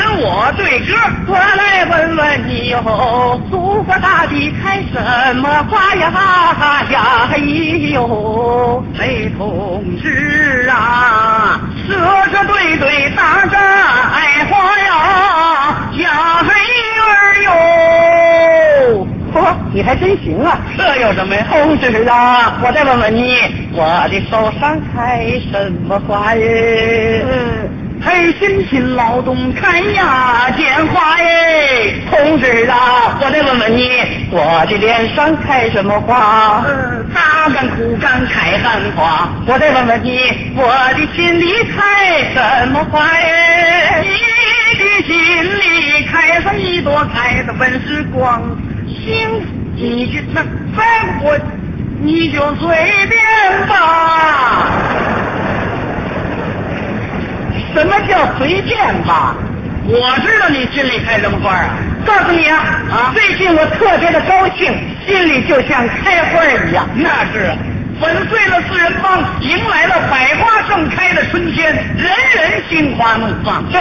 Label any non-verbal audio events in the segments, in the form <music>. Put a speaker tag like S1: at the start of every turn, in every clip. S1: 哎
S2: 我对歌。
S1: 我来问问你哟，祖国大地开什么花呀呀？哎呦，
S2: 雷同志啊，这这对对大战花呀，呀嘿儿哟。
S1: 嚯，哦你还真行啊！
S2: 这有什么呀？
S1: 同志啊，我再问问你，我的手上开什么花耶？
S2: 嗯，嘿，辛勤劳动，看呀，见花耶。
S1: 同志啊，我再问问你，我的脸上开什么花？
S2: 嗯，大干苦干开汗花，
S1: 我再问问你，我的心里开什么花耶？
S2: 你的心里开上一朵开的本是光，行，你就那再我，你就随便吧。
S1: 什么叫随便吧？
S2: 我知道你心里开什么花啊。
S1: 告诉你啊，
S2: 啊
S1: 最近我特别的高兴，心里就像开花儿一样。
S2: 那是啊粉碎了四人帮，迎来了百花盛开的春天，人人心花怒放。
S1: 对，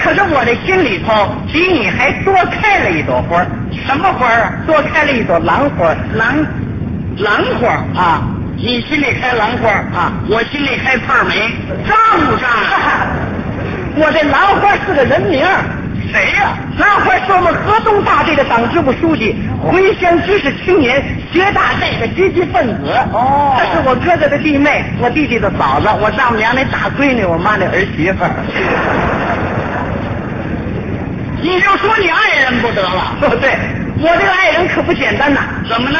S1: 可是我的心里头比你还多开了一朵花儿，
S2: 什么花儿啊？
S1: 多开了一朵兰花儿
S2: 兰，兰花
S1: 啊！
S2: 你心里开兰花
S1: 啊
S2: 我心里开刺儿梅，扎不啊扎？
S1: <laughs> 我这兰花是个人名儿，
S2: 谁呀、
S1: 兰花是我们河东大队的党支部书记、回乡知识青年、学大队的积极分子。
S2: 哦
S1: 她是我哥哥的弟妹，我弟弟的嫂子，我丈母娘那大闺女，我妈那儿媳妇儿。
S2: 你就说你爱人不得了。
S1: 哦，对，我这个爱人可不简单呐。
S2: 怎么呢？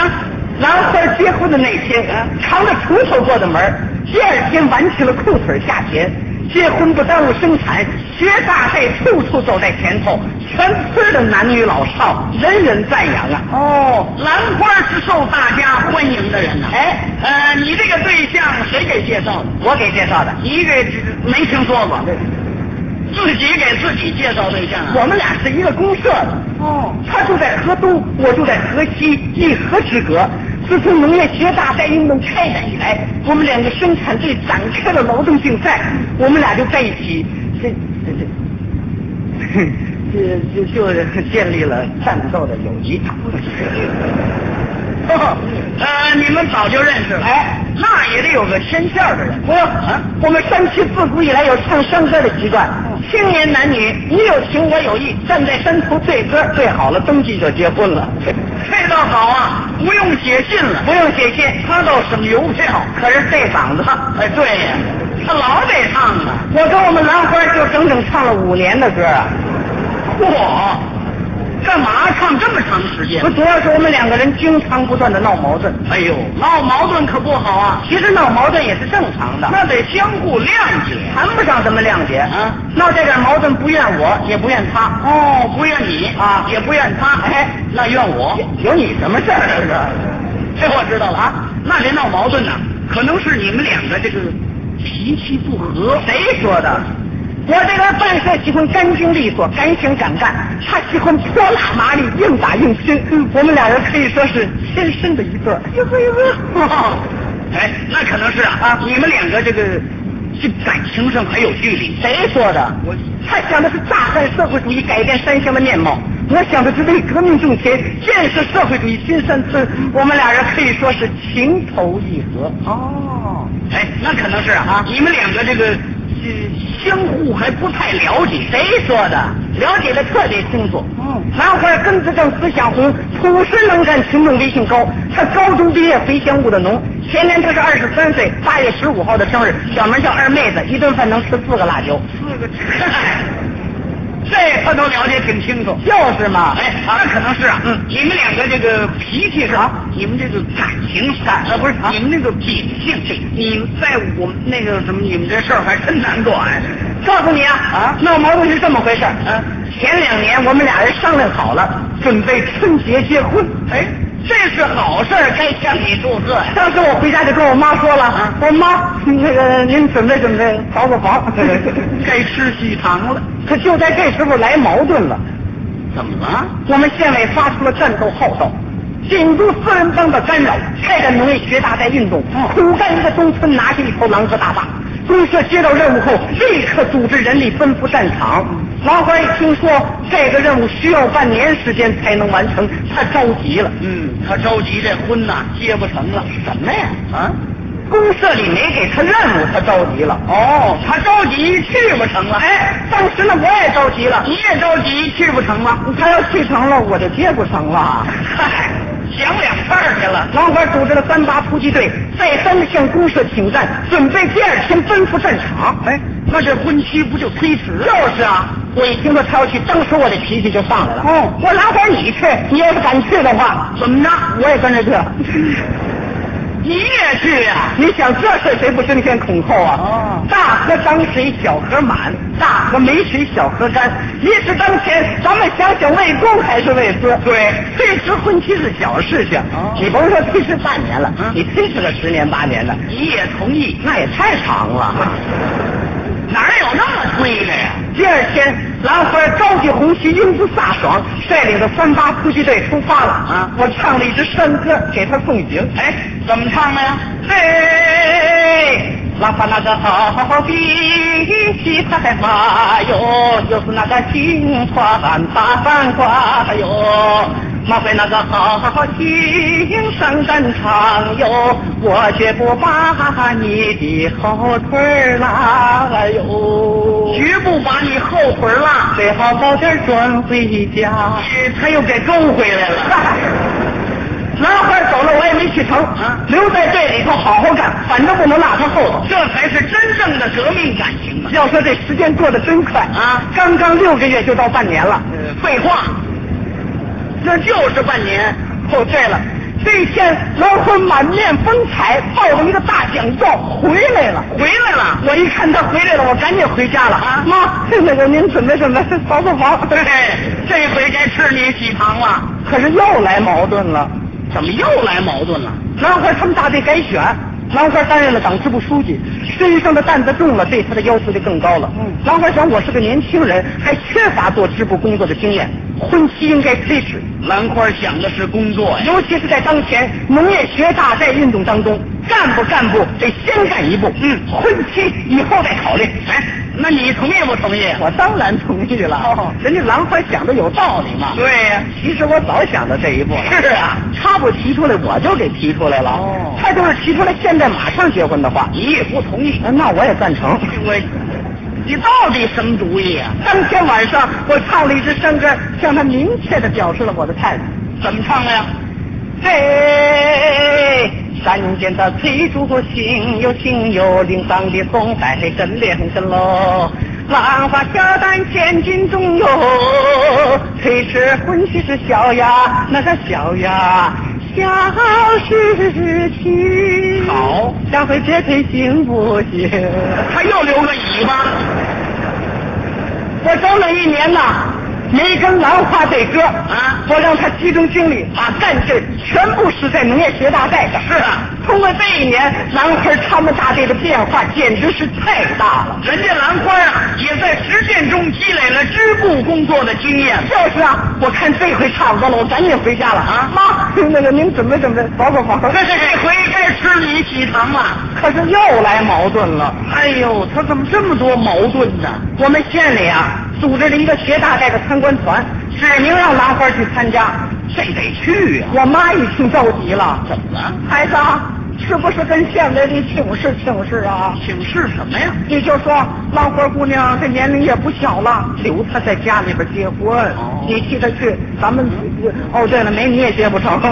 S1: 兰花结婚的那天，扛着锄头过的门儿，第二天挽起了裤腿下田。结婚不耽误生产，学大队处处走在前头，全村的男女老少人人赞扬啊！
S2: 哦，兰花是受大家欢迎的人呐、
S1: 哎，
S2: 呃，你这个对象谁给介绍的？
S1: 我给介绍的，
S2: 你给没听说过？自己给自己介绍对象、啊。
S1: 我们俩是一个公社的，
S2: 哦，
S1: 他住在河东，我住在河西，一河之隔。自从农业学大赛运动开展以来，我们两个生产队展开了劳动竞赛，我们俩就在一起，这这这。这 <laughs> 就就是建立了战斗的友
S2: <laughs>
S1: 谊。
S2: 呃，你们早就认识了。
S1: 哎，
S2: 那也得有个牵线的人。
S1: 我有啊，我们山区自古以来有唱山歌的习惯，
S2: 哦
S1: 青年男女你有情我有意，站在山头对歌对好了，登记就结婚了，
S2: <laughs> 这倒好啊，不用写信了，
S1: 不用写信。
S2: 他倒省邮票。
S1: 可是这嗓子，
S2: 哎，对呀，他老得唱啊。
S1: 我跟我们兰花就整整唱了五年的歌啊！
S2: 嚯，干嘛唱这么长时间
S1: 不？主要是我们两个人经常不断的闹矛盾，
S2: 哎呦，闹矛盾可不好啊，
S1: 其实闹矛盾也是正常的，
S2: 那得相互谅解。
S1: 谈不上什么谅解
S2: 啊
S1: 闹这点矛盾不怨我，也不怨他。
S2: 哦，不怨你
S1: 啊
S2: 也不怨他，哎，那怨我。
S1: 有你什么事儿？啊这是
S2: 这我知道了啊。那这闹矛盾呢，可能是你们两个这个脾气不合。
S1: 谁说的？我这个人办事喜欢干净利索、敢想敢干，他喜欢泼辣麻利、硬打硬拼。
S2: 嗯
S1: 我们俩人可以说是天生的一对儿。呦呦呦！
S2: 哎，那可能是啊，
S1: 啊
S2: 你们两个这个这感情上还有距离。
S1: 谁说的？
S2: 我
S1: 他想的是大汉社会主义改变山乡的面貌，我想的是为革命挣钱，建设社会主义新山村。我们俩人可以说是情投意合。
S2: 哦，哎，那可能是啊，你们两个这个这相互还不太了解。
S1: 谁说的？了解的特别清楚。
S2: 嗯
S1: 兰花根子正，思想红，土生能干，群众威信高。他高中毕业回乡务的农，前年他是二十三岁，八月十五号的生日，小名叫二妹子，一顿饭能吃四个辣椒。
S2: 四个，这他都了解挺清楚。
S1: 就是嘛，
S2: 哎，那可能是啊，嗯，你们两个这个脾气上，你们这个感情上，呃，不是，你们那个秉性，这你们在我们那个什么，你们这事儿还真难管。
S1: 告诉你啊，
S2: 啊
S1: 闹矛盾是这么回事儿。
S2: 嗯
S1: 前两年我们俩人商量好了，准备春节结婚。
S2: 哎，这是好事儿，该向你祝贺呀。啊
S1: 当时我回家就跟我妈说了，我说妈，那个您准备准备找个房。
S2: <laughs> 该吃喜糖了，
S1: 可就在这时候来矛盾了。
S2: 怎么了？
S1: 我们县委发出了战斗号召，警督四人帮的干扰，开展农业学大赛运动，
S2: 哦
S1: 苦干一个东村拿下一头狼和大坝。公社接到任务后，立刻组织人力奔赴战场。麻花一听说这个任务需要半年时间才能完成，他着急了。
S2: 嗯，他着急这婚呐结不成了。
S1: 什么呀？
S2: 啊？
S1: 公社里没给他任务，他着急了。
S2: 哦，他着急去不成了。
S1: 哎，当时呢，我也着急了。
S2: 你也着急去不成了？
S1: 他要去成了，我就接不成了。
S2: 嗨， <laughs> 想两事儿去了。
S1: 王官组织了三八突击队，再三的向公社请战，准备第二天奔赴战场。
S2: 哎，那这婚期不就推迟了？
S1: 就是啊，我一听说他要去，当时我的脾气就上来了。
S2: 哦
S1: 我哪管你去，你要是敢去的话，
S2: 怎么着？
S1: 我也跟着去。
S2: 你也去呀、
S1: 你想这事谁不争先恐后啊？
S2: 哦
S1: 大河涨水小河满，大河没水小河干。一事当前，咱们想想为公还是为私？
S2: 对
S1: 推迟婚期是小事情，
S2: 哦
S1: 你甭说推迟半年了，
S2: 嗯
S1: 你推迟个十年八年的，
S2: 你也同意？
S1: 那也太长了。
S2: 哪有那么推的呀？
S1: 第二天，兰花高举红旗，英姿飒爽，率领着三八突击队出发了。
S2: 啊
S1: 我唱了一支山歌给他送行。
S2: 哎，怎么唱的呀？
S1: 嘿，拉萨那个好比西太马哟，又是那个金川大饭馆哟。马回那个好心上战场哟，我绝不把你的后腿儿拉哟。
S2: 绝不把你后腿拉。
S1: 最好早点转回家。
S2: 是他又给勾
S1: <laughs>
S2: 回来了。
S1: 男孩走了，我也没去成，
S2: 啊
S1: 留在队里头好好干，反正不能落他后头。
S2: 这才是真正的革命感情啊！
S1: 要说这时间过得真快
S2: 啊
S1: 刚刚六个月就到半年了。
S2: 呃废话，这就是半年。
S1: 哦，对了，这一天兰花满面风采，抱着一个大奖状回来了。
S2: 回来了。
S1: 我一看他回来了，我赶紧回家了。
S2: 啊
S1: 妈，那个您准备准备，防不防？
S2: 嘿这回该吃你喜糖了。
S1: 可是又来矛盾了。
S2: 怎么又来矛盾了？
S1: 兰花他们大队改选，兰花担任了党支部书记，身上的担子重了，对他的要求就更高了。
S2: 嗯
S1: 兰花想，我是个年轻人，还缺乏做支部工作的经验，婚期应该推迟，
S2: 兰花想的是工作呀。
S1: 尤其是在当前农业学大寨运动当中，干部干部得先干一步，
S2: 嗯
S1: 婚期以后再考虑。
S2: 哎，那你同意不同意？啊
S1: 我当然同意了，
S2: 哦
S1: 人家兰花想的有道理嘛。
S2: 对呀、
S1: 其实我早想到这一步了。
S2: 是啊，
S1: 他不提出来，我就给提出来了。
S2: 哦
S1: 他就是提出来现在马上结婚的话，呃
S2: 你也不同意。
S1: 那我也赞成。
S2: 我，你到底什么主意啊？
S1: 当天晚上，我唱了一支山歌，向他明确的表示了我的态度。
S2: 怎么唱的呀？
S1: 嘿，山间的翠竹心有情有灵桑的松柏真连根喽。浪花飘荡千斤重哟，推迟婚期是小呀，那个小呀，小事情。
S2: 好，
S1: 下回别推行不行？
S2: 他又留个尾巴。
S1: 我整整一年呐，没跟兰花对歌
S2: 啊
S1: 我让他集中精力，把干劲儿全部使在农业学大寨上。
S2: 是啊，
S1: 通过这一年，兰花他们大队的变化简直是太大了。
S2: 人家兰花啊，也在实践中积累了支部工作的经验。
S1: 就是啊，我看这回差不多了，我赶紧回家了
S2: 啊
S1: 妈，那个您准备准备，保保房。
S2: 这这回该吃你喜糖了。
S1: 可是又来矛盾了。
S2: 哎呦，他怎么这么多矛盾呢？
S1: 我们县里啊，组织了一个学大寨的参观团，指明让兰花去参加。
S2: 这得去呀、
S1: 我妈一听着急了，
S2: 怎么了？
S1: 孩子，啊，是不是跟县委里请示请示啊？
S2: 请示什么呀？
S1: 你就说浪花姑娘这年龄也不小了，留她在家里边结婚，
S2: 哦嗯
S1: 你替她去，咱们哦对了，没你也结不成。
S2: <laughs>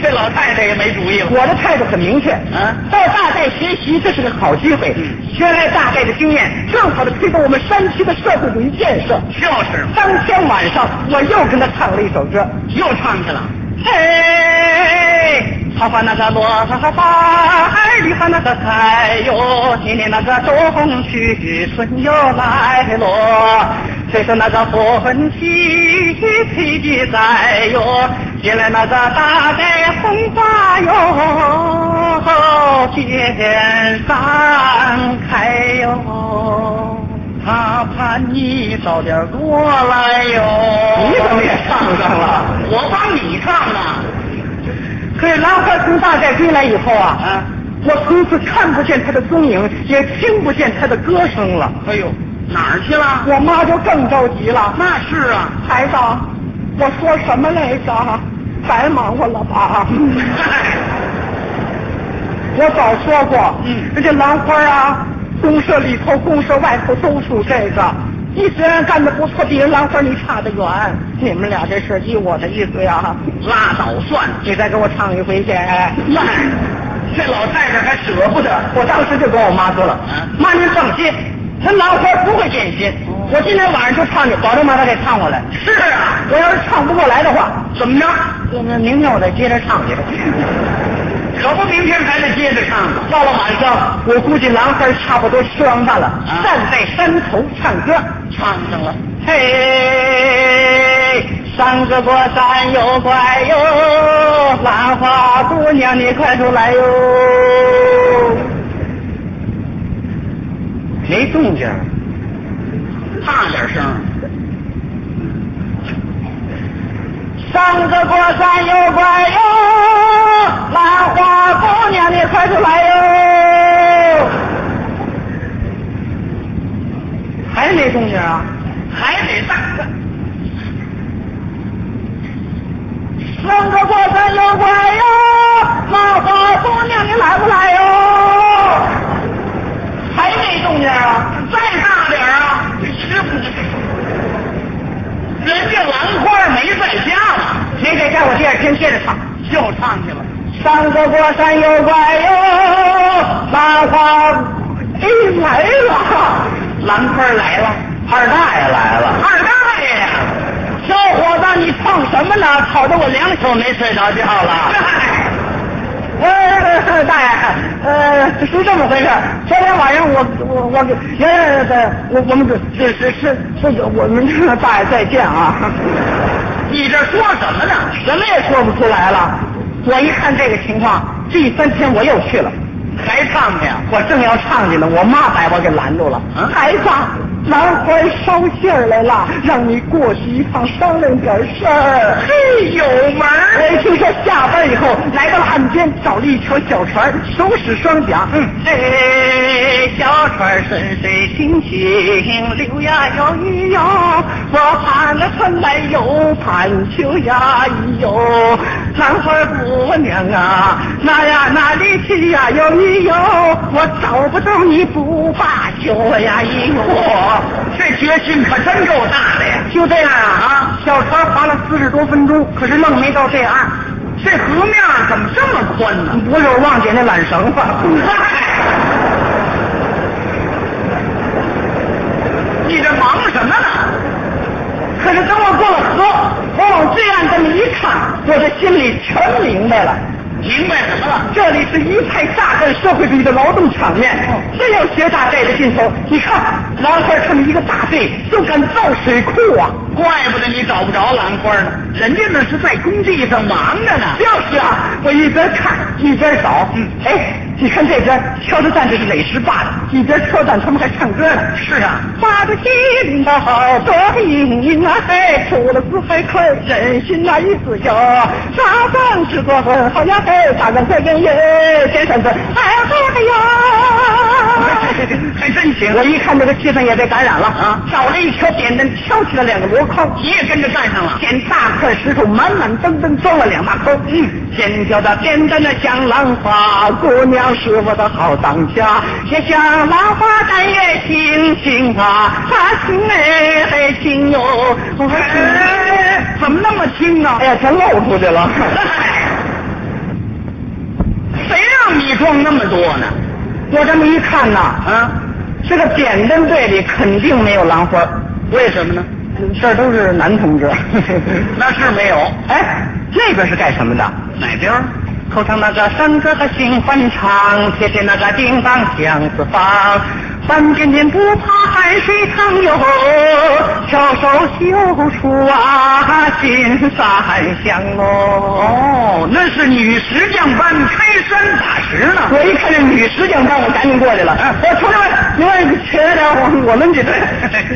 S2: 这老太太也没主意了。
S1: 我的态度很明确，
S2: 啊
S1: 到大寨学习这是个好机会，
S2: 嗯
S1: 学来大寨的经验，正好的推动我们山区的社会主义建设。
S2: 就是嘛，
S1: 当天晚上我又跟她唱了一首歌，
S2: 又唱去了。
S1: 嘿，好吧，那个罗哈巴，你看那个菜哟，年年那个冬去春又来咯。谁说那个婚期催的在哟，结了那个大寨红花哟，遍山开哟。
S2: 他盼你早点过来哟。
S1: 你怎么也唱上了？
S2: 我帮你唱啊。
S1: 可是兰花从大寨归来以后啊
S2: 啊，
S1: 我从此看不见他的踪影，也听不见他的歌声了。
S2: 哎呦，哪儿去了？
S1: 我妈就更着急了。
S2: 那是啊，
S1: 孩子，我说什么来着？白忙活了
S2: <laughs>
S1: 吧？我早说过，
S2: 嗯
S1: 人家兰花啊，公社里头、公社外头都出这个。你虽然干得不错，比人兰花你差得远。你们俩这事，依我的意思呀，
S2: 拉倒算了。
S1: 你再给我唱一回去。哎
S2: 哎，这老太太还舍不得。
S1: 我当时就跟我妈说了
S2: 嗯，
S1: 妈您放心，她兰花不会变心。我今天晚上就唱去，保证把她给唱过来。
S2: 是啊，
S1: 我要是唱不过来的话，
S2: 怎么着？
S1: 那那明天我再接着唱去。
S2: 可不，明天还得接着唱吗？
S1: 到了晚上，我估计兰花差不多吃完饭了，
S2: 啊
S1: 站在山头唱歌。
S2: 唱上了。
S1: 嘿，山哥过山又快哟，兰花姑娘你快出来哟！没动静，
S2: 大点声。
S1: 山哥过山又快哟，兰花姑娘你快出来哟！还没动静啊？
S2: 还得大声。
S1: 三个过哎山又快哟，老花姑娘你来不来哟？还没动静啊？
S2: 再大点儿啊！人家兰花没在家呢，
S1: 你得让我第二天接着唱。
S2: 又唱去了。
S1: 三个过山又快哟，兰花哎来了，兰花来了，二大爷来了。
S2: 二大爷呀，
S1: 小伙子，你唱什么呢？吵得我两宿没睡着觉了。
S2: 嗨
S1: 呃，大爷，呃，是这么回事儿。昨天晚上我我我给，呃，我我们是是是是有我们大爷再见啊，
S2: 你这说什么呢？
S1: 什么也说不出来了。我一看这个情况，第三天我又去了，
S2: 还唱去呀？
S1: 我正要唱去呢，我妈把我给拦住了。
S2: 啊
S1: 孩子，兰花捎信儿来了，让你过去一趟，商量点事儿。
S2: 嘿，有门儿
S1: 哎，听说下班以后来到了岸边，找了一条小船，手使双桨。嗯，哎，小船顺水清清，流呀摇一摇，我盼了盼来又盼秋呀咿哟，兰花姑娘啊，哪呀哪里去呀哟咿哟，我找不到你不罢休呀咿哟。
S2: 这决心可真够大的呀！
S1: 就这样啊，小船划了四十多分钟，可是愣没到这岸。
S2: 这河面儿怎么这么宽呢？
S1: 不是我忘解那缆绳了。
S2: 嗨，你这忙什么呢？
S1: 可是等我过了河，我往对岸这么一看，我这心里全明白了。
S2: 明白什么了？
S1: 这里是一派大干社会主义的劳动场面，
S2: 哦
S1: 真要学大这个劲头。你看，兰花这么一个大队，就敢造水库啊！
S2: 怪不得你找不着兰花呢，人家那是在工地上忙着呢
S1: 就。是啊，我一边看一边找。嗯，哎，你看这边敲着蛋这是垒石坝的，一边敲蛋他们还唱歌呢。
S2: 是啊，
S1: 发着心呐，好多病啊！嘿，出了事还快忍心呐，一死哟，沙饭吃多分，好呀嘿，打个快跟耶，先生子，哎嘿嘿呀！
S2: 哎还真行。
S1: 我一看这个气氛也被感染了
S2: 啊
S1: 找了一条扁担，挑起了两个箩筐，
S2: 你也跟着干上了？
S1: 捡大块石头，满满登登装了两大筐。嗯，肩挑的扁担的像兰花，姑娘是我的好当家。也像兰花，咱也清醒啊，啊清哎嘿清哟，我
S2: 哎，怎么那么轻啊
S1: 哎？呀，全漏出去
S2: <laughs>
S1: 了。
S2: 谁让你装那么多呢？
S1: 我这么一看呐，
S2: 啊？
S1: 这个扁担队里肯定没有兰花，
S2: 为什么呢？
S1: 这儿都是男同志。
S2: <laughs> 那是没有。
S1: 哎，那边是干什么的？
S2: 哪边儿？
S1: 口唱那个山歌和新欢唱，贴贴那个叮当响四方。半边天不怕汗水淌哟，巧手绣出啊新三香哦。
S2: 哦，那是女石匠班开山打石呢。
S1: 我一看这女石匠班，我赶紧过去了。
S2: 啊
S1: 我同志们，你们起来点，啊我我们
S2: <laughs>
S1: 几队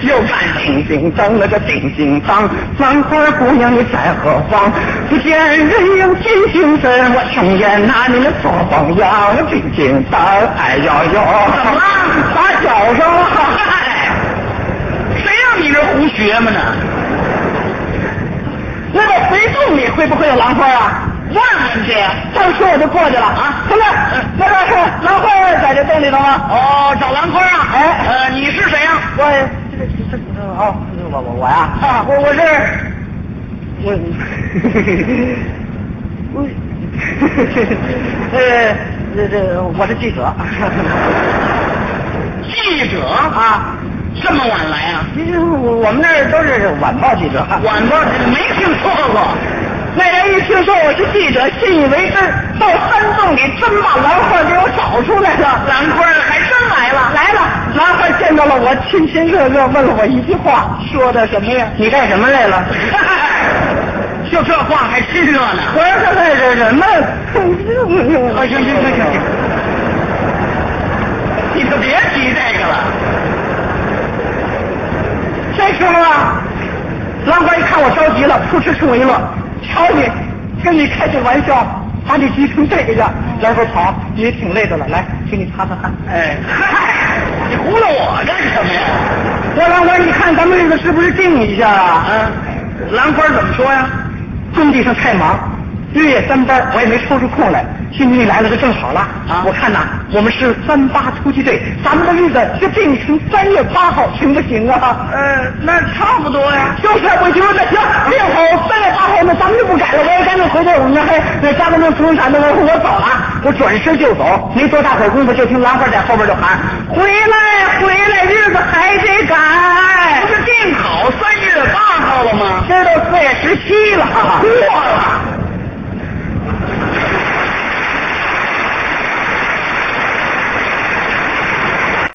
S1: 又看叮叮当那个叮叮当，兰花姑娘你在何方？不见人影见心神，我睁眼拿你的左膀腰，叮叮当，哎呦呦，
S2: 怎么了哎
S1: 打脚上了。
S2: 嗨
S1: 会不会有狼花啊？
S2: 忘了去呀。
S1: 正说我就过去了啊！同志，那个狼花在这洞里头吗？
S2: 哦，找兰花啊！
S1: 哎
S2: 呃，你是谁呀、
S1: 我这个这个哦，我我我呀，
S2: 啊
S1: 我我是我 <laughs> 我呃这这我是记者
S2: 记者啊，
S1: 啊，
S2: 这么晚来啊？
S1: 其实我我们那儿都是晚报记者。
S2: 晚报没听说过。
S1: 那人一听说我是记者，信以为真，到山洞里真把兰花给我找出来了。
S2: 兰花还真来了，
S1: 来了，兰花见到了我，亲亲热热问了我一句话，
S2: 说的什么呀？
S1: 你干什么来了？
S2: 就这话还真热闹。
S1: <laughs> 我说他干什什
S2: <laughs>
S1: 么？哎
S2: 啊，行行行行行，你可别提这个了。
S1: 这时候啊，郎官一看我着急了，扑哧冲我一乐，瞧你，跟你开这玩笑，把你急成这个样。兰官好，你也挺累的了，来，给你擦擦汗。
S2: 哎，嗨，你糊弄我干什么哎呀？
S1: 我郎官一看咱们日子是不是定一下啊？
S2: 嗯，兰花怎么说呀？
S1: 工地上太忙，日夜三班，我也没抽出空来。今天你来了就正好了
S2: 啊
S1: 我看呐，我们是三八突击队，咱们的日子就定成三月八号，行不行啊？
S2: 呃，那差不多呀。
S1: 就是，我觉得行，定好三月八号，那咱们就不改了。我也赶紧回队，我们还那加工那屠龙场那我我走了，我转身就走，没多大会儿功夫，就听兰花在后边就喊：“回来，回来，日